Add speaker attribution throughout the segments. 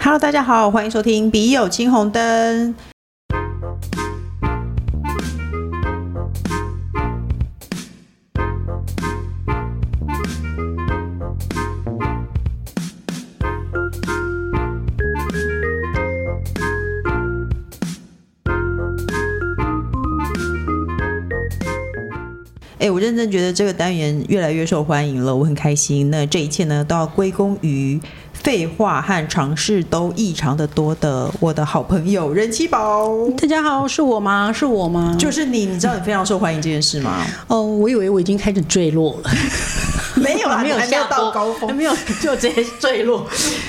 Speaker 1: Hello，大家好，欢迎收听《笔友青红灯》。哎，我认真觉得这个单元越来越受欢迎了，我很开心。那这一切呢，都要归功于废话和尝试都异常的多的我的好朋友人气 宝，
Speaker 2: 大家好，是我吗？是我吗？
Speaker 1: 就是你。你知道你非常受欢迎这件事吗？
Speaker 2: 哦，我以为我已经开始坠落 了，
Speaker 1: 没有啦，
Speaker 2: 没有
Speaker 1: 你还没有
Speaker 2: 下
Speaker 1: 到
Speaker 2: 坡
Speaker 1: 高峰，
Speaker 2: 没有就直接坠落。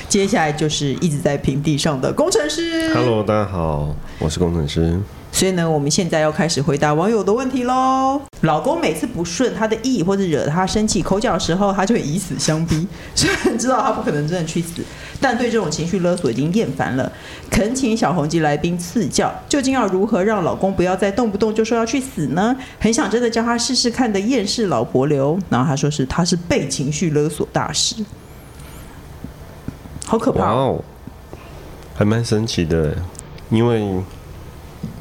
Speaker 1: 接下来就是一直在平地上的工程师。
Speaker 3: Hello，大家好，我是工程师。
Speaker 1: 所以呢，我们现在要开始回答网友的问题喽。老公每次不顺他的意或者惹他生气、口角的时候，他就会以死相逼。虽然知道他不可能真的去死，但对这种情绪勒索已经厌烦了。恳请小红及来宾赐教，究竟要如何让老公不要再动不动就说要去死呢？很想真的教他试试看的厌世老伯流。然后他说是他是被情绪勒索大师，好可
Speaker 3: 哇
Speaker 1: 怕！
Speaker 3: 哦，还蛮神奇的，因为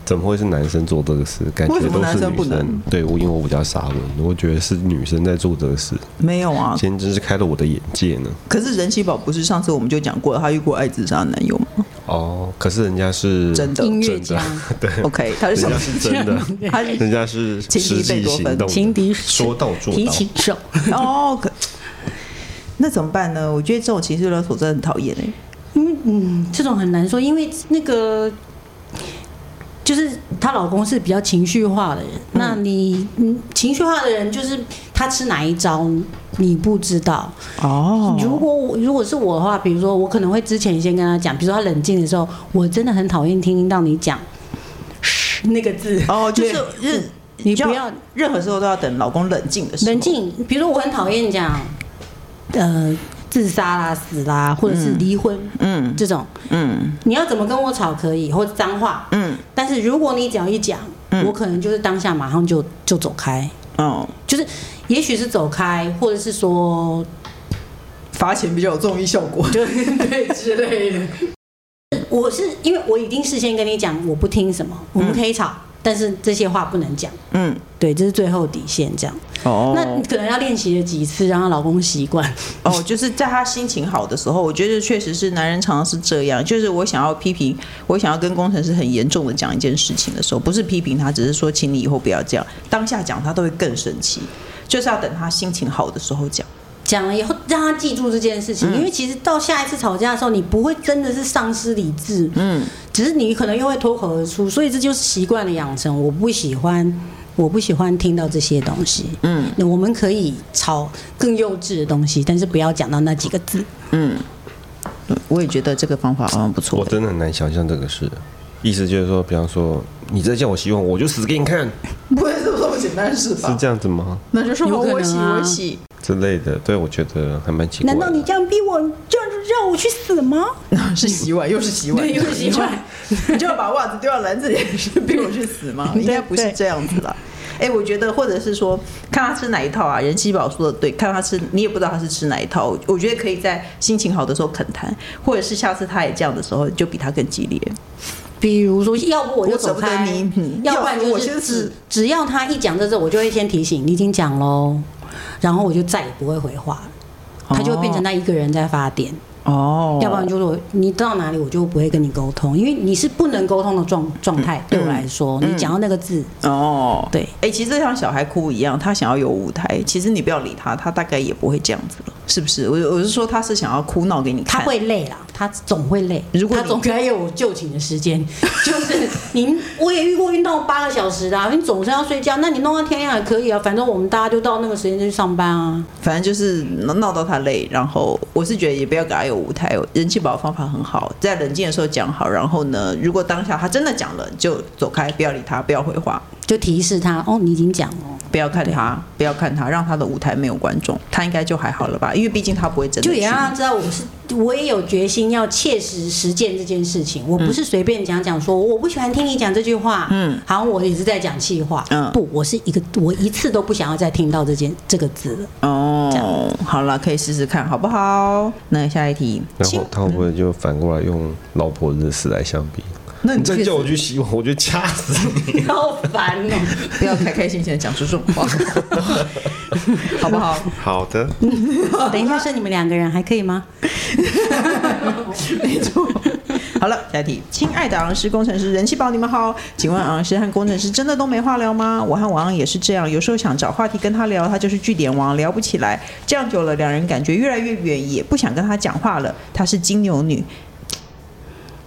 Speaker 3: 怎么会是男生做这个事？感觉
Speaker 1: 为什么
Speaker 3: 都
Speaker 1: 男
Speaker 3: 是
Speaker 1: 生
Speaker 3: 女
Speaker 1: 不能
Speaker 3: 生。对，我因为我比较傻文，我觉得是女生在做这个事，
Speaker 1: 没有啊，
Speaker 3: 今天真是开了我的眼界呢。
Speaker 1: 可是人气宝不是上次我们就讲过他遇过爱自杀的男友吗？
Speaker 3: 哦，可是人家是
Speaker 1: 真的
Speaker 2: 音乐
Speaker 3: 真
Speaker 2: 家
Speaker 3: 的，对，
Speaker 1: OK，他是什
Speaker 3: 人
Speaker 1: 么
Speaker 3: 家？是真 的，
Speaker 1: 他是
Speaker 3: 人家是
Speaker 1: 情敌
Speaker 3: 实
Speaker 1: 贝
Speaker 3: 际
Speaker 1: 多
Speaker 3: 行
Speaker 1: 芬
Speaker 3: 动的，
Speaker 2: 情敌
Speaker 3: 说到做
Speaker 2: 提
Speaker 3: 到。
Speaker 2: 起手，
Speaker 1: 哦，可那怎么办呢？我觉得这种情绪勒索真的很讨厌哎。
Speaker 2: 嗯嗯，这种很难说，因为那个就是她老公是比较情绪化的人，那你嗯情绪化的人就是他吃哪一招你不知道，
Speaker 1: 哦
Speaker 2: 如果我如果是我的话，比如说我可能会之前先跟他讲，比如说他冷静的时候，我真的很讨厌听到你讲“嘘”那个字。
Speaker 1: 哦，就是
Speaker 2: 对
Speaker 1: 任
Speaker 2: 你不
Speaker 1: 就
Speaker 2: 要
Speaker 1: 任何时候都要等老公冷静的时候。
Speaker 2: 冷。静，比如说我很讨厌讲，呃，自杀啦、死啦，或者是离婚、
Speaker 1: 嗯
Speaker 2: 这种。
Speaker 1: 嗯
Speaker 2: 你要怎么跟我吵可以，或者脏话，
Speaker 1: 嗯
Speaker 2: 但是如果你只要一讲，我可能就是当下马上就就走开，
Speaker 1: 哦，
Speaker 2: 就是也许是走开，或者是说
Speaker 1: 罚钱比较有综艺效果。
Speaker 2: 就 对之类的。我是因为我已经事先跟你讲，我不听什么，我们可以吵，但是这些话不能讲。
Speaker 1: 嗯
Speaker 2: 对，这是最后底线，这样。
Speaker 1: 哦
Speaker 2: 那可能要练习了几次，让她老公习惯。
Speaker 1: 哦，就是在他心情好的时候，我觉得确实是男人常常是这样。就是我想要批评，我想要跟工程师很严重的讲一件事情的时候，不是批评他，只是说请你以后不要这样。当下讲他都会更生气，就是要等他心情好的时候讲。
Speaker 2: 讲了以后，让他记住这件事情，因为其实到下一次吵架的时候，你不会真的是丧失理智，
Speaker 1: 嗯，
Speaker 2: 只是你可能又会脱口而出，所以这就是习惯的养成。我不喜欢，我不喜欢听到这些东西。
Speaker 1: 嗯，
Speaker 2: 那我们可以吵更幼稚的东西，但是不要讲到那几个字。
Speaker 1: 我也觉得这个方法好像不错。
Speaker 3: 我真的很难想象这个事，意思就是说，比方说，你再叫我希望，我就死给你看，
Speaker 1: 不会是这么简单的事
Speaker 3: 是？这样子吗？
Speaker 1: 那就是
Speaker 2: 有可能啊
Speaker 1: 我洗我洗，
Speaker 3: 之类的，对我觉得还蛮奇怪
Speaker 2: 难
Speaker 3: 的。
Speaker 2: 道你这样逼我，你这样让我去死吗？
Speaker 1: 是洗碗又是洗碗，
Speaker 2: 对又是洗碗
Speaker 1: 你 就，你就要把袜子丢到篮子里，是逼我去死吗？
Speaker 2: 对
Speaker 1: 应该不是这样子啦。哎、我觉得或者是说，看他吃哪一套啊？人气宝说的对，看他吃，你也不知道他是吃哪一套。我我觉得可以在心情好的时候恳谈，或者是下次他也这样的时候，就比他更激烈。
Speaker 2: 比如说，要不我就走
Speaker 1: 我舍
Speaker 2: 开
Speaker 1: 不得你嗯，
Speaker 2: 要不然
Speaker 1: 要不
Speaker 2: 就
Speaker 1: 我
Speaker 2: 是
Speaker 1: 先
Speaker 2: 只
Speaker 1: 死
Speaker 2: 只要他一讲这事，我就会先提醒你已经讲喽，然后我就再也不会回话了。他就会变成他一个人在发电，
Speaker 1: 哦
Speaker 2: 要不然就是我你到哪里我就不会跟你沟通，因为你是不能沟通的状状
Speaker 1: 嗯
Speaker 2: 态。对我来说，你讲到那个字，
Speaker 1: 哦，
Speaker 2: 对
Speaker 1: 哎、其实就像小孩哭一样，他想要有舞台，其实你不要理他，他大概也不会这样子了，是不是？我我是说，他是想要哭闹给你看，
Speaker 2: 他会累啦，他总会累。
Speaker 1: 如果你
Speaker 2: 他总该有就寝的时间， 就是你，我也遇过运动八个小时的、啊，你总是要睡觉，那你弄到天亮也可以啊，反正我们大家就到那个时间就去上班啊。
Speaker 1: 反正就是闹闹到他累，然后我是觉得也不要给他有舞台，人气宝的方法很好，在冷静的时候讲好，然后呢，如果当下他真的讲了，就走开，不要理他，不要回话，
Speaker 2: 就提示他哦，你已经讲了，
Speaker 1: 不要看他，不要看他，让他的舞台没有观众，他应该就还好了吧？因为毕竟他不会真的
Speaker 2: 就也
Speaker 1: 去
Speaker 2: 让他知道我是我也有决心要切实实践这件事情，我不是随便讲讲说我不喜欢听你讲这句话，
Speaker 1: 嗯
Speaker 2: 嗯，好像我也是在讲气话，
Speaker 1: 嗯
Speaker 2: 不，我是一个我一次都不想要再听到这件这个字 了，这
Speaker 1: 哦，好了，可以试试看好不好？那下一题，
Speaker 3: 然
Speaker 1: 亲
Speaker 3: 后他会不会就反过来用老婆的事来相比？
Speaker 1: 那你
Speaker 3: 你再
Speaker 1: 确实
Speaker 3: 叫我去洗碗，我就掐死你！
Speaker 2: 好烦哦、
Speaker 1: 不要开开心心的讲出这种话， 好不好？
Speaker 3: 好的，
Speaker 1: 哦
Speaker 2: 等一下剩你们两个人还可以吗？
Speaker 1: 没错。 好了，下一题，亲爱的昂师工程师人气宝，你们好，请问昂师和工程师真的都没话聊吗？我和王昂也是这样，有时候想找话题跟他聊，他就是据点王，聊不起来。这样久了，两人感觉越来越远，也不想跟他讲话了。她是金牛女，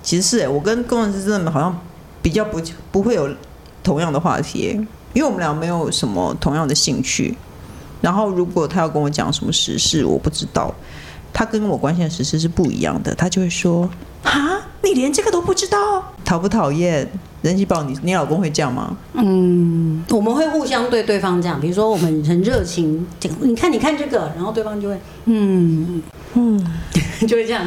Speaker 1: 其实是、欸、我跟工程师真的好像比较不不会有同样的话题欸、因为我们俩没有什么同样的兴趣。然后如果他要跟我讲什么时事，我不知道，他跟我关心的时事是不一样的，他就会说：“啊，你连这个都不知道，讨不讨厌？”人气宝，你你老公会这样吗？
Speaker 2: 嗯，我们会互相对对方这样，比如说我们很热情，这个你看你看这个，然后对方就会嗯嗯，就 会这样。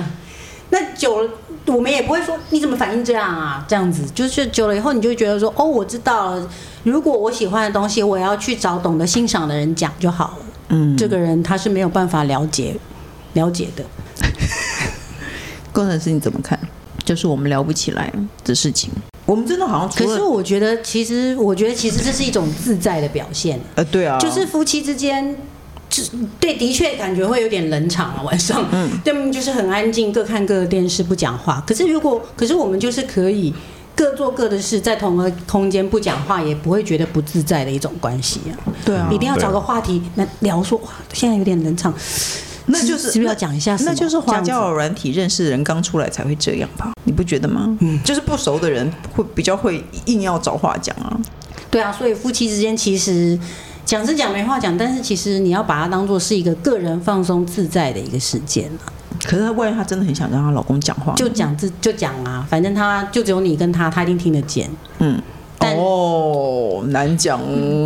Speaker 2: 那久了，我们也不会说你怎么反应这样啊，这样子就是久了以后，你就会觉得说哦，我知道了。如果我喜欢的东西，我要去找懂得欣赏的人讲就好了。
Speaker 1: 嗯，
Speaker 2: 这个人他是没有办法了解了解的。
Speaker 1: 工程师你怎么看？就是我们聊不起来的事情，我们真的好像除
Speaker 2: 可
Speaker 1: 了
Speaker 2: 是我觉得，其实我觉得其实这是一种自在的表现。
Speaker 1: 呃，对啊，
Speaker 2: 就是夫妻之间，就对，的确感觉会有点冷场啊，晚上，嗯， 对，就是很安静，各看各的电视，不讲话。可是如果，可是我们就是可以各做各的事，在同个空间不讲话，也不会觉得不自在的一种关系啊。
Speaker 1: 对啊
Speaker 2: 一，定要找个话题来聊说，哇，现在有点冷场，
Speaker 1: 那就是
Speaker 2: 是不是要讲一下什么
Speaker 1: 那就是华
Speaker 2: 这样
Speaker 1: 教
Speaker 2: 子
Speaker 1: 软体认识的人刚出来才会这样吧？你不觉得吗？嗯，就是不熟的人会比较会硬要找话讲啊。
Speaker 2: 对啊，所以夫妻之间其实。讲是讲没话讲，但是其实你要把它当做是一个个人放松自在的一个时间啊
Speaker 1: 可是她万一她真的很想跟她老公讲话呢，
Speaker 2: 就讲自就讲啊，反正他就只有你跟他，他一定听得见。
Speaker 1: 嗯，
Speaker 2: 但
Speaker 1: 哦，难讲哦。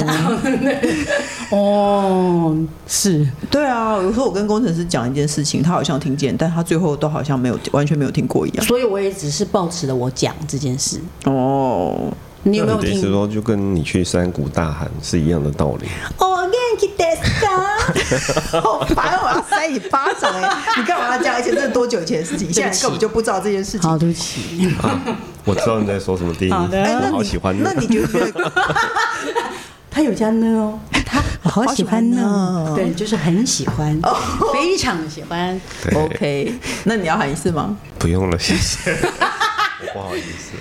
Speaker 2: 哦，是，
Speaker 1: 对啊，有时候我跟工程师讲一件事情，他好像听见，但他最后都好像没有完全没有听过一样。
Speaker 2: 所以我也只是抱持了我讲这件事。
Speaker 1: 哦，
Speaker 2: 你有没有
Speaker 3: 的意思
Speaker 2: 听？
Speaker 3: 说，就跟你去山谷大喊是一样的道理。
Speaker 2: 哦，元気ですか？
Speaker 1: 好烦，哦我要塞你巴掌哎、你干嘛要这样？而且这是多久以前的事情？现在你根本就不知道这件事情。
Speaker 2: 好，对不起。
Speaker 3: 我知道你在说什么，第一，
Speaker 2: 好的
Speaker 1: 哎、
Speaker 3: 我
Speaker 1: 那
Speaker 3: 好
Speaker 1: 你
Speaker 3: 喜欢
Speaker 1: 那你觉得
Speaker 2: 他有加呢哦，他我好喜欢
Speaker 1: 好喜欢呢
Speaker 2: 呢。对，就是很喜欢，非常喜欢。
Speaker 3: 对
Speaker 1: OK？那你要喊一次吗？
Speaker 3: 不用了，谢谢。 我不好意思，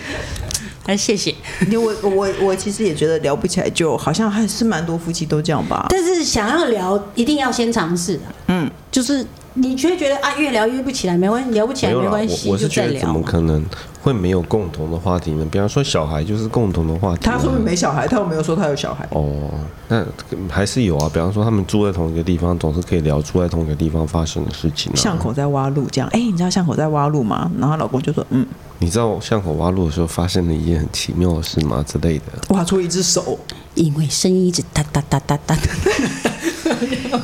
Speaker 2: 哎，谢谢。
Speaker 1: 你我我我其实也觉得聊不起来就，好像还是蛮多夫妻都这样吧。
Speaker 2: 但是想要聊，一定要先尝试的。
Speaker 1: 嗯，
Speaker 2: 就是你就会觉得啊，越聊越不起来，没关系，聊不起来
Speaker 3: 没有
Speaker 2: 没
Speaker 3: 啦。
Speaker 2: 关
Speaker 3: 我
Speaker 2: 系，
Speaker 3: 我是
Speaker 2: 就
Speaker 3: 觉
Speaker 2: 再
Speaker 3: 得怎
Speaker 2: 聊
Speaker 3: 么
Speaker 2: 嘛。
Speaker 3: 可能会没有共同的话题呢？比方说小孩就是共同的话题啊。
Speaker 1: 他说明没小孩，他又没有说他有小孩。
Speaker 3: 哦，那还是有啊。比方说他们住在同一个地方，总是可以聊住在同一个地方发生的事情啊。
Speaker 1: 巷口在挖路，这样，哎、你知道巷口在挖路吗？然后她老公就说，嗯，
Speaker 3: 你知道巷口挖路的时候发生了一件很奇妙的事吗？之类的。
Speaker 1: 挖出一只手，
Speaker 2: 因为声音一直哒哒哒哒哒哒。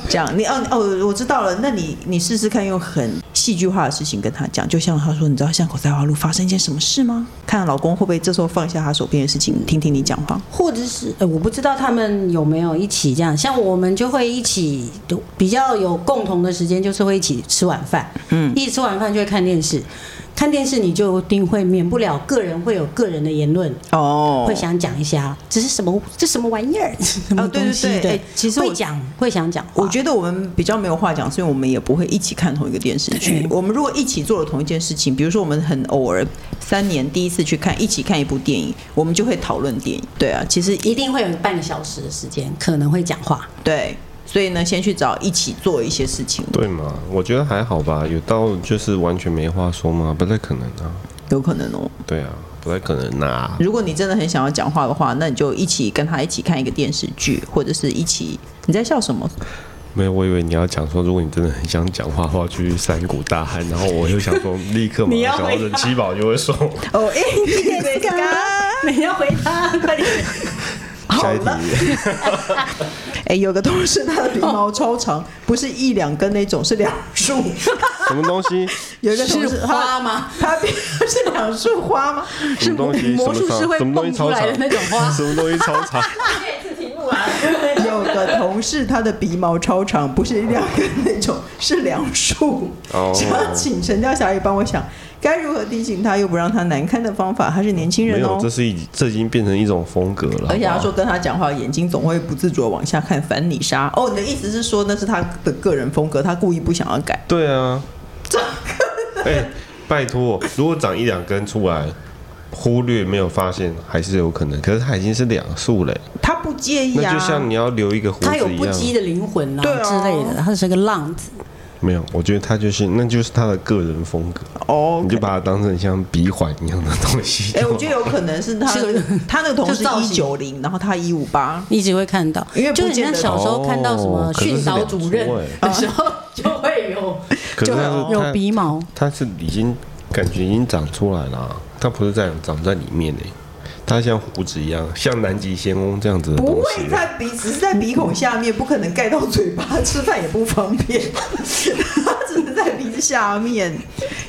Speaker 1: 这样，你哦哦，我知道了。那你你试试看，用很戏剧化的事情跟他讲，就像他说，你知道巷口在花路发生一件什么事吗？看老公会不会这时候放下他手边的事情，听听你讲话。
Speaker 2: 或者是呃，我不知道他们有没有一起这样，像我们就会一起有比较有共同的时间，就是会一起吃晚饭，嗯，一起吃晚饭就会看电视，看电视你就一定会免不了个人会有个人的言论，
Speaker 1: 哦
Speaker 2: 会想讲一下这是什么这什么玩意儿， 什么
Speaker 1: 对对
Speaker 2: 东西
Speaker 1: 对
Speaker 2: 的，
Speaker 1: 哎其实我
Speaker 2: 会讲会想讲话，
Speaker 1: 我觉得我们比较没有话讲，所以我们也不会一起看同一个电视剧。我们如果一起做了同一件事情，比如说我们很偶尔三年第一次去看，一起看一部电影，我们就会讨论电影。对啊，其实
Speaker 2: 一定会有半个小时的时间可能会讲话，
Speaker 1: 对，所以呢，先去找一起做一些事情，
Speaker 3: 对嘛？我觉得还好吧，有到就是完全没话说吗？不太可能啊。
Speaker 1: 有可能哦。
Speaker 3: 对啊，不太可能啊。
Speaker 1: 如果你真的很想要讲话的话，那你就一起跟他一起看一个电视剧，或者是一起你在笑什么？
Speaker 3: 没有，我以为你要讲说，如果你真的很想讲话的话，就去山谷大喊，然后我又想说，立刻马
Speaker 2: 你要
Speaker 3: 上想到
Speaker 2: 回答
Speaker 3: 人 七宝就会说，
Speaker 1: 哦，哎，你
Speaker 2: 你要回他，快点。
Speaker 3: 下一题
Speaker 1: 好，哎、有个同事他的鼻毛超长，不是一两根那种，是两束。
Speaker 3: 什么东西？
Speaker 1: 有一个同事
Speaker 2: 是花吗？
Speaker 1: 他 他鼻是两束花 吗？
Speaker 3: 什么东 西？
Speaker 2: 魔术师
Speaker 3: 什么
Speaker 2: 会蹦
Speaker 3: 长什么东西
Speaker 2: 出
Speaker 3: 超
Speaker 2: 来
Speaker 3: 长。
Speaker 2: 的那种花
Speaker 3: 什么东西超长？
Speaker 1: 有个同事他的鼻毛超长，不是一两根那种，是两束。
Speaker 3: 哦
Speaker 1: 想要请神雕侠侣帮我想该如何提醒他，又不让他难堪的方法。他是年轻
Speaker 3: 没
Speaker 1: 人
Speaker 3: 有，
Speaker 1: 哦
Speaker 3: 这。是一这已经变成一种风格了。
Speaker 1: 而且
Speaker 3: 好
Speaker 1: 他
Speaker 3: 不好
Speaker 1: 说跟他讲话，眼睛总会不自主地往下看凡妮莎。哦，你的意思是说那是他的个人风格，他故意不想要改？
Speaker 3: 对 啊，哎、拜托，如果长一两根出来，忽略没有发现还是有可能，可是它已经是两束嘞、
Speaker 1: 他不介意
Speaker 3: 那
Speaker 1: 啊。
Speaker 3: 就像你要留一个胡
Speaker 2: 他有
Speaker 3: 子一
Speaker 2: 不羁
Speaker 3: 样，
Speaker 2: 的灵魂啊
Speaker 1: 对啊
Speaker 2: 之类的，他是个浪子。
Speaker 3: 没有，我觉得他就是那就是他的个人风格，
Speaker 1: 哦，
Speaker 3: 你就把它当成像鼻环一样的东西就
Speaker 1: 哎、
Speaker 3: 好。
Speaker 1: 我觉得有可能是他
Speaker 2: 是个
Speaker 1: 他那个同事
Speaker 2: 就造
Speaker 1: 一
Speaker 2: 型
Speaker 1: 九零，然后他一五八，
Speaker 2: 一直会看到，
Speaker 1: 因为不
Speaker 2: 就很
Speaker 1: 见
Speaker 2: 像
Speaker 1: 得
Speaker 2: 小时候看到什么
Speaker 3: 哦可是
Speaker 2: 训
Speaker 3: 是
Speaker 2: 导
Speaker 3: 两
Speaker 2: 主任
Speaker 3: 撮
Speaker 2: 的时候，就会有
Speaker 3: 可是
Speaker 1: 就
Speaker 3: 它是
Speaker 1: 有
Speaker 2: 有
Speaker 3: 它
Speaker 2: 鼻毛。
Speaker 3: 它是已经感觉已经长出来了啊、它不是在长在里面嘞、它像胡子一样，像南极仙翁这样子的
Speaker 1: 不
Speaker 3: 东西
Speaker 1: 会。在鼻，只是在鼻孔下面，不可能盖到嘴巴，吃饭也不方便，他只是在鼻子下面，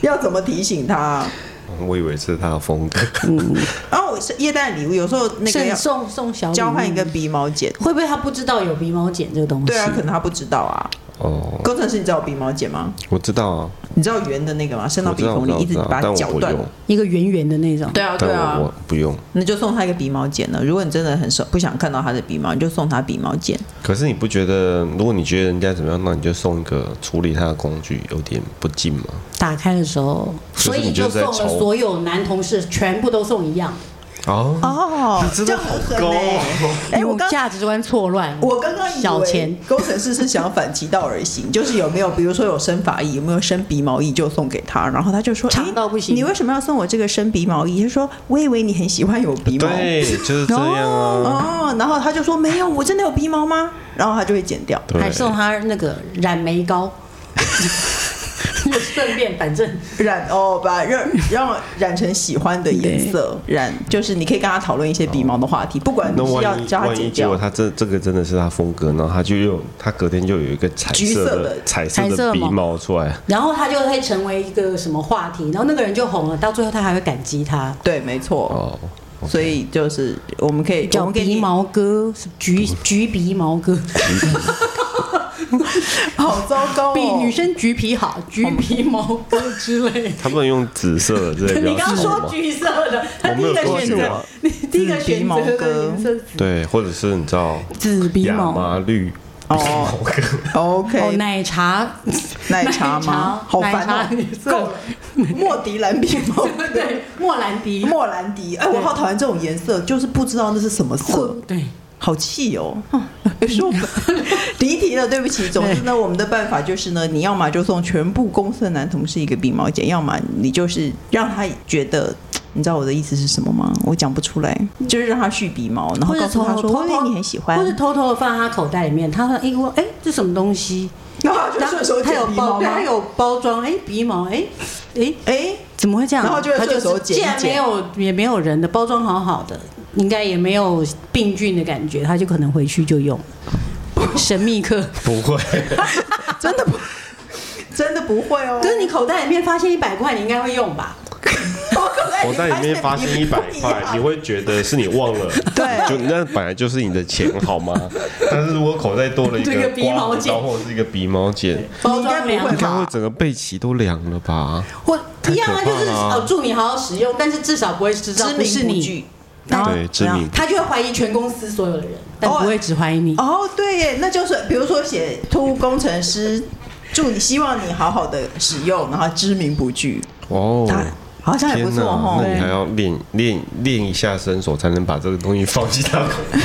Speaker 1: 要怎么提醒他？
Speaker 3: 嗯
Speaker 1: 哦
Speaker 3: 我以为是他的风格。
Speaker 1: 嗯然后我是液氮礼物，有时候那个
Speaker 2: 甚
Speaker 1: 要
Speaker 2: 至送送小礼物
Speaker 1: 交换一个，鼻毛剪，
Speaker 2: 会不会他不知道有鼻毛剪这个东西？
Speaker 1: 对啊，可能他不知道啊。
Speaker 3: 哦，
Speaker 1: 工程师，你知道我鼻毛剪吗？
Speaker 3: 我知道啊，
Speaker 1: 你知道圆的那个吗？伸到
Speaker 3: 我
Speaker 1: 鼻
Speaker 3: 知道，
Speaker 1: 孔
Speaker 3: 我
Speaker 1: 里，一
Speaker 3: 知道，我
Speaker 1: 直
Speaker 3: 知道，
Speaker 1: 把它
Speaker 3: 但
Speaker 1: 绞
Speaker 3: 我不
Speaker 1: 断。
Speaker 3: 用，
Speaker 2: 一个圆圆的那种。
Speaker 1: 对啊，对
Speaker 3: 但我
Speaker 1: 啊
Speaker 3: 我，不用。
Speaker 1: 那就送他一个鼻毛剪了。如果你真的很少不想看到他的鼻毛，你就送他鼻毛剪。
Speaker 3: 可是你不觉得，如果你觉得人家怎么样，那你就送一个处理他的工具，有点不敬吗？
Speaker 2: 打开的时候，
Speaker 3: 是
Speaker 2: 所以
Speaker 3: 你就
Speaker 2: 就是送
Speaker 3: 在
Speaker 2: 了
Speaker 3: 抽
Speaker 2: 所有男同事全部都送一样，
Speaker 3: 哦，
Speaker 1: 哦，
Speaker 3: 你真
Speaker 1: 这
Speaker 3: 的
Speaker 1: 样很狠
Speaker 3: 好高
Speaker 1: 欸
Speaker 3: 哦
Speaker 1: 哎、我
Speaker 2: 用
Speaker 1: 刚
Speaker 2: 价值观错乱。
Speaker 1: 我刚刚以为
Speaker 2: 小钱
Speaker 1: 工程师是想反其道而行， 就是有没有，比如说有生发液，有没有生鼻毛液就送给他，然后他就说
Speaker 2: 长
Speaker 1: 哎
Speaker 2: 到不行
Speaker 1: 你为什么要送我这个生鼻毛液？他说我以为你很喜欢有鼻毛。
Speaker 3: 对，就是这样啊。
Speaker 1: 哦，然后他就说没有，我真的有鼻毛吗？然后他就会剪掉。
Speaker 3: 对
Speaker 2: 还送他那个染眉膏， 就顺便反正
Speaker 1: 染哦，把让让染成喜欢的颜色，染就是你可以跟他讨论一些鼻毛的话题，不管
Speaker 3: 那
Speaker 1: 你是要
Speaker 3: 万一
Speaker 1: 叫他
Speaker 3: 万一
Speaker 1: 剪
Speaker 3: 结果
Speaker 1: 掉。
Speaker 3: 他这这个真的是他风格，然后他就用他隔天就有一个彩
Speaker 1: 橘色
Speaker 3: 色
Speaker 1: 的
Speaker 3: 的彩
Speaker 2: 彩
Speaker 3: 色
Speaker 2: 色
Speaker 3: 的鼻
Speaker 2: 毛
Speaker 3: 毛出来，
Speaker 2: 然后他就会成为一个什么话题，然后那个人就红了，到最后他还会感激他，
Speaker 1: 对，没错，
Speaker 3: 哦，。
Speaker 1: 所以就是我们可以我
Speaker 2: 叫
Speaker 1: 们可以
Speaker 2: 鼻毛哥，是橘 橘鼻毛 哥，
Speaker 1: 好糟糕、哦，
Speaker 2: 比女生橘皮好，橘皮毛哥之类
Speaker 3: 他不能用紫色的 这个
Speaker 2: 你
Speaker 3: 标
Speaker 2: 刚刚
Speaker 3: 志
Speaker 2: 说
Speaker 3: 吗？
Speaker 2: 橘色的，他
Speaker 3: 我
Speaker 2: 第一
Speaker 3: 没有
Speaker 2: 个
Speaker 3: 说啊
Speaker 2: 选
Speaker 3: 是
Speaker 2: 择
Speaker 3: 我，
Speaker 2: 你 第一个选择
Speaker 1: 紫鼻毛哥
Speaker 2: 的颜色是
Speaker 3: 对，或者是你知道
Speaker 2: 紫鼻
Speaker 3: 亚
Speaker 2: 毛。
Speaker 3: 麻绿
Speaker 1: 哦，OK，
Speaker 2: 哦，奶茶，
Speaker 1: 奶茶
Speaker 2: 奶
Speaker 1: 吗
Speaker 2: 茶？
Speaker 1: 好烦
Speaker 2: 奶茶
Speaker 1: 哦
Speaker 2: 绿！ 色
Speaker 1: 够了，莫迪蓝鼻毛，
Speaker 2: 对，莫兰迪，
Speaker 1: 莫兰迪，哎，我好讨厌这种颜色，就是不知道那是什么色，
Speaker 2: 对，
Speaker 1: 好气哦！别说我们离题了，对不起。总
Speaker 2: 哎
Speaker 1: 之呢，我们的办法就是呢，你要么就送全部公司的男同事一个鼻毛剪，要么你就是让他觉得。你知道我的意思是什么吗？我讲不出来，就是让他蓄鼻毛，然后
Speaker 2: 嗯或者
Speaker 1: 告诉他
Speaker 2: 偷
Speaker 1: 说：“
Speaker 2: 偷
Speaker 1: 我以为你很喜欢。
Speaker 2: 或”者偷偷的放在他口袋里面，他说：“哎、我哎、这什么东西？”
Speaker 1: 然 后他就顺手
Speaker 2: 他有
Speaker 1: 剪鼻
Speaker 2: 包，
Speaker 1: 毛
Speaker 2: 对
Speaker 1: 吗
Speaker 2: 他？有包装，哎、鼻毛，哎、哎、
Speaker 1: 哎，
Speaker 2: 怎么会这样？啊
Speaker 1: 然后就会
Speaker 2: 他
Speaker 1: 顺手
Speaker 2: 是
Speaker 1: 剪一
Speaker 2: 既然
Speaker 1: 剪
Speaker 2: 没有也没有人的包装好好的，应该也没有病菌的感觉，他就可能回去就 用。神秘客，
Speaker 3: 不会，
Speaker 1: 真的不，真的不 会哦。
Speaker 2: 可是你口袋里面发现一百块，你应该会用吧？
Speaker 1: 哎
Speaker 3: 口袋里面发现一百块，你会觉得是你忘了，
Speaker 1: 对
Speaker 3: 就那本来就是你的钱好吗？ 但是如果口袋多了一
Speaker 2: 这
Speaker 3: 个
Speaker 2: 个鼻
Speaker 3: 刮
Speaker 2: 毛
Speaker 3: 胡
Speaker 2: 剪
Speaker 3: 刀或者是一个鼻毛剪，
Speaker 2: 包装
Speaker 1: 你应该
Speaker 2: 良
Speaker 1: 不会
Speaker 3: 应该
Speaker 1: 吧
Speaker 2: 好，
Speaker 3: 会整个背鳍都凉了吧？
Speaker 2: 或一样啊，
Speaker 3: 太
Speaker 2: 就
Speaker 3: 可怕
Speaker 2: 是
Speaker 3: 了啊
Speaker 2: 呃，祝你好好使用，但是至少不会知道
Speaker 1: 知
Speaker 2: 不是
Speaker 1: 名不
Speaker 2: 你，
Speaker 1: 具，然后
Speaker 3: 对，知名。
Speaker 2: 他就会怀疑全公司所有的人，但
Speaker 1: 哦
Speaker 2: 不会只怀疑你。
Speaker 1: 哦，对耶，那就是比如说写突兀工程师，祝你希望你好好的使用，然后知名不具，
Speaker 3: 哦，
Speaker 1: 它好像也不
Speaker 3: 天
Speaker 1: 错
Speaker 3: 哪，
Speaker 1: 哦
Speaker 3: 那。你还要练练练一下身手，才能把这个东西放进他口 袋，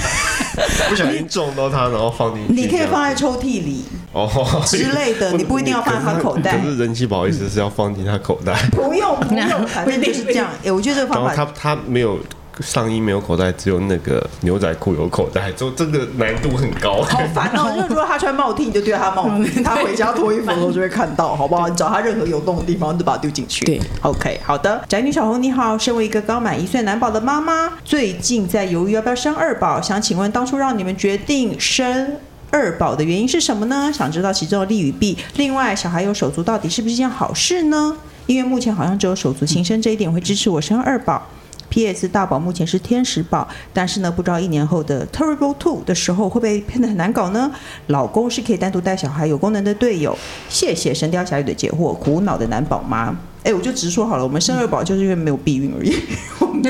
Speaker 3: 不小心撞到他，然后放进去。
Speaker 1: 你可以放在
Speaker 3: 这样
Speaker 1: 抽屉里，
Speaker 3: 哦
Speaker 1: 之类 的你不一定要放在他口袋
Speaker 3: 可是人气不好意思是要放进他口袋，
Speaker 1: 不用不用，反正就是这样。哎，我觉得这个
Speaker 3: 然
Speaker 1: 方
Speaker 3: 后他
Speaker 1: 法
Speaker 3: 他没有上衣没有口袋，只有那个牛仔裤有口袋，就这个难度很高。
Speaker 1: 好烦哦！因为如果他穿帽 T，你就对他帽 T；他回家脱衣服的时候就会看到，好不好？你找他任何有洞的地方，你就把它丢进去。
Speaker 2: 对
Speaker 1: ，OK，好的。宅女小红你好，身为一个刚满一岁男宝的妈妈，最近在犹豫要不要生二宝，想请问当初让你们决定生。二宝的原因是什么呢？想知道其中的利与弊。另外，小孩有手足到底是不是一件好事呢？因为目前好像只有手足情深这一点会支持我生二宝。P.S. 大宝目前是天使宝，但是呢，不知道一年后的 Terrible Two 的时候会不会变得很难搞呢？老公是可以单独带小孩，有功能的队友。谢谢《神雕侠侣》的解惑，苦恼的男宝妈。哎，我就直说好了，我们生二宝就是因为没有避孕而已。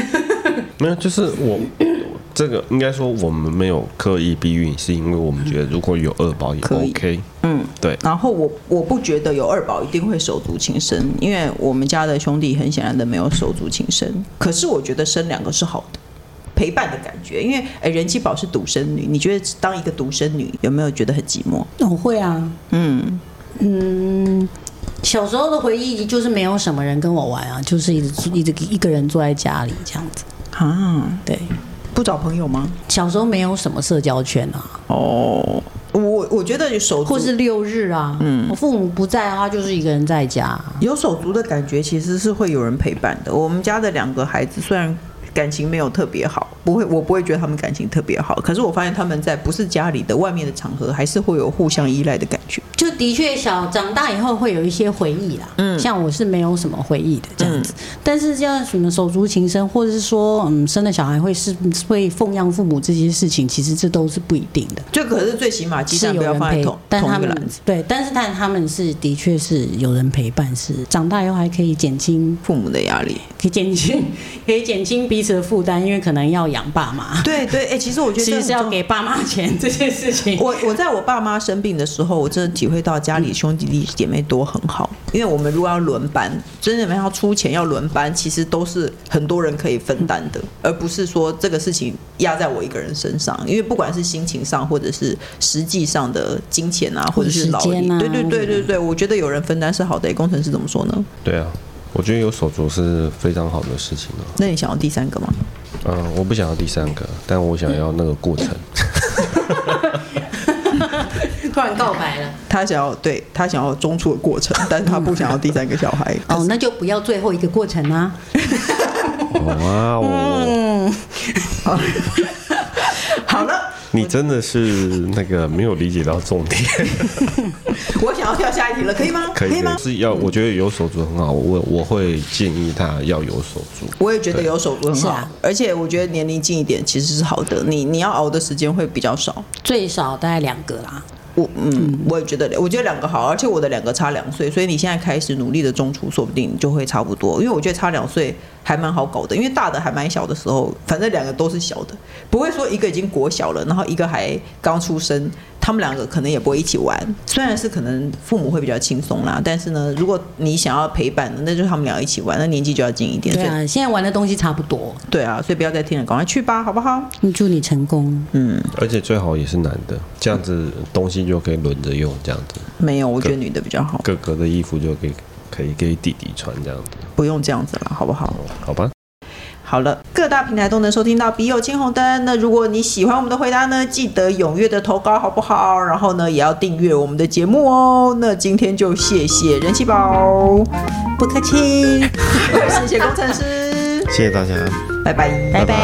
Speaker 3: 没有，就是我这个应该说我们没有刻意避孕，是因为我们觉得如果有二宝也
Speaker 1: 可以
Speaker 3: OK。
Speaker 1: 嗯，
Speaker 3: 对
Speaker 1: 然后我我不觉得有二宝一定会手足情深，因为我们家的兄弟很显然的没有手足情深。可是我觉得生两个是好的，陪伴的感觉。因为哎，人妻宝是独生女，你觉得当一个独生女有没有觉得很寂寞？
Speaker 2: 我会啊，
Speaker 1: 嗯，
Speaker 2: 嗯，小时候的回忆就是没有什么人跟我玩啊，就是一直一直一个人坐在家里这样子。
Speaker 1: 啊，
Speaker 2: 对，
Speaker 1: 不找朋友吗？
Speaker 2: 小时候没有什么社交圈啊，
Speaker 1: 哦，我我觉得手足
Speaker 2: 或是六日啊，嗯，我父母不在的话，就是一个人在家。
Speaker 1: 有手足的感觉，其实是会有人陪伴的。我们家的两个孩子虽然感情没有特别好，不会，我不会觉得他们感情特别好，可是我发现他们在不是家里的外面的场合，还是会有互相依赖的感觉。
Speaker 2: 就的确小长大以后会有一些回忆啦，嗯，像我是没有什么回忆的这样子，但是像什么手足情深，或者是说嗯生了小孩会是会奉养父母这些事情，其实这都是不一定的，
Speaker 1: 就可是最起码鸡
Speaker 2: 是
Speaker 1: 蛋
Speaker 2: 有
Speaker 1: 不要
Speaker 2: 人
Speaker 1: 放在
Speaker 2: 陪
Speaker 1: 同，
Speaker 2: 但
Speaker 1: 同
Speaker 2: 他
Speaker 1: 一个
Speaker 2: 们
Speaker 1: 篮子。
Speaker 2: 对，但是但他们是的确是有人陪伴，是长大以后还可以减轻，
Speaker 1: 父母的压力，
Speaker 2: 可以减轻，可以减轻彼此的负担，因为可能要养爸妈，
Speaker 1: 对对，哎、其实我觉得
Speaker 2: 其
Speaker 1: 这
Speaker 2: 实
Speaker 1: 很
Speaker 2: 是要
Speaker 1: 重
Speaker 2: 给爸妈钱这件事情。
Speaker 1: 我我在我爸妈生病的时候，我真的体会到家里兄弟姐妹多很好，因为我们如果要轮班，真的没要出钱要轮班，其实都是很多人可以分担的，而不是说这个事情压在我一个人身上，因为不管是心情上，或者是实际上的金钱啊，或者是劳
Speaker 2: 时
Speaker 1: 力，
Speaker 2: 间啊
Speaker 1: 对对对对对，我觉得有人分担是好的、工程师怎么说呢？
Speaker 3: 对啊，我觉得有手足是非常好的事情啊。
Speaker 1: 那你想要第三个吗？
Speaker 3: 嗯，我不想要第三个，但我想要那个过 程。
Speaker 2: 突然告白了，
Speaker 1: 他想要对他想要中出的过程，但是他不想要第三个小 孩。可
Speaker 2: 哦
Speaker 1: 是，
Speaker 2: 那就不要最后一个过程啊。
Speaker 3: 哇哦，
Speaker 1: 好了，
Speaker 3: 你真的是那个没有理解到重点，
Speaker 1: 我想要跳下一题了，可以吗？
Speaker 3: 可以
Speaker 1: 吗
Speaker 3: 的，？是要我觉得有手足很好，我我会建议他要有手足。
Speaker 1: 我也觉得有手足很
Speaker 2: 是
Speaker 1: 好，
Speaker 2: 啊
Speaker 1: 而且我觉得年龄近一点其实是好的，你你要熬的时间会比较少。
Speaker 2: 最少大概两个啦。
Speaker 1: 我嗯，我也觉得，我觉得两个好，而且我的两个差两岁，所以你现在开始努力的中出，说不定就会差不多。因为我觉得差两岁还蛮好搞的，因为大的还蛮小的时候，反正两个都是小的，不会说一个已经国小了，然后一个还刚出生，他们两个可能也不会一起玩。虽然是可能父母会比较轻松啦，但是呢，如果你想要陪伴的，那就是他们俩一起玩，那年纪就要近一点。
Speaker 2: 对
Speaker 1: 所以
Speaker 2: 啊，现在玩的东西差不多。
Speaker 1: 对啊，所以不要再听了，赶快去吧，好不好？
Speaker 2: 祝你成功。
Speaker 1: 嗯，
Speaker 3: 而且最好也是男的，这样子东西就可以轮着用，这样子
Speaker 1: 没有，我觉得女的比较好，
Speaker 3: 哥哥的衣服就可以可以给弟弟穿，这样子，哦
Speaker 1: 不用这样子了，好不好？
Speaker 3: 好吧？
Speaker 1: 好了，各大平台都能收听到《笔友青红灯》。那如果你喜欢我们的回答呢，记得踊跃的投稿，好不好？然后呢，也要订阅我们的节目哦。那今天就谢谢人气宝，
Speaker 2: 不客气，
Speaker 1: 谢谢工程师，
Speaker 3: 谢谢大家，
Speaker 1: 拜拜。
Speaker 2: 拜拜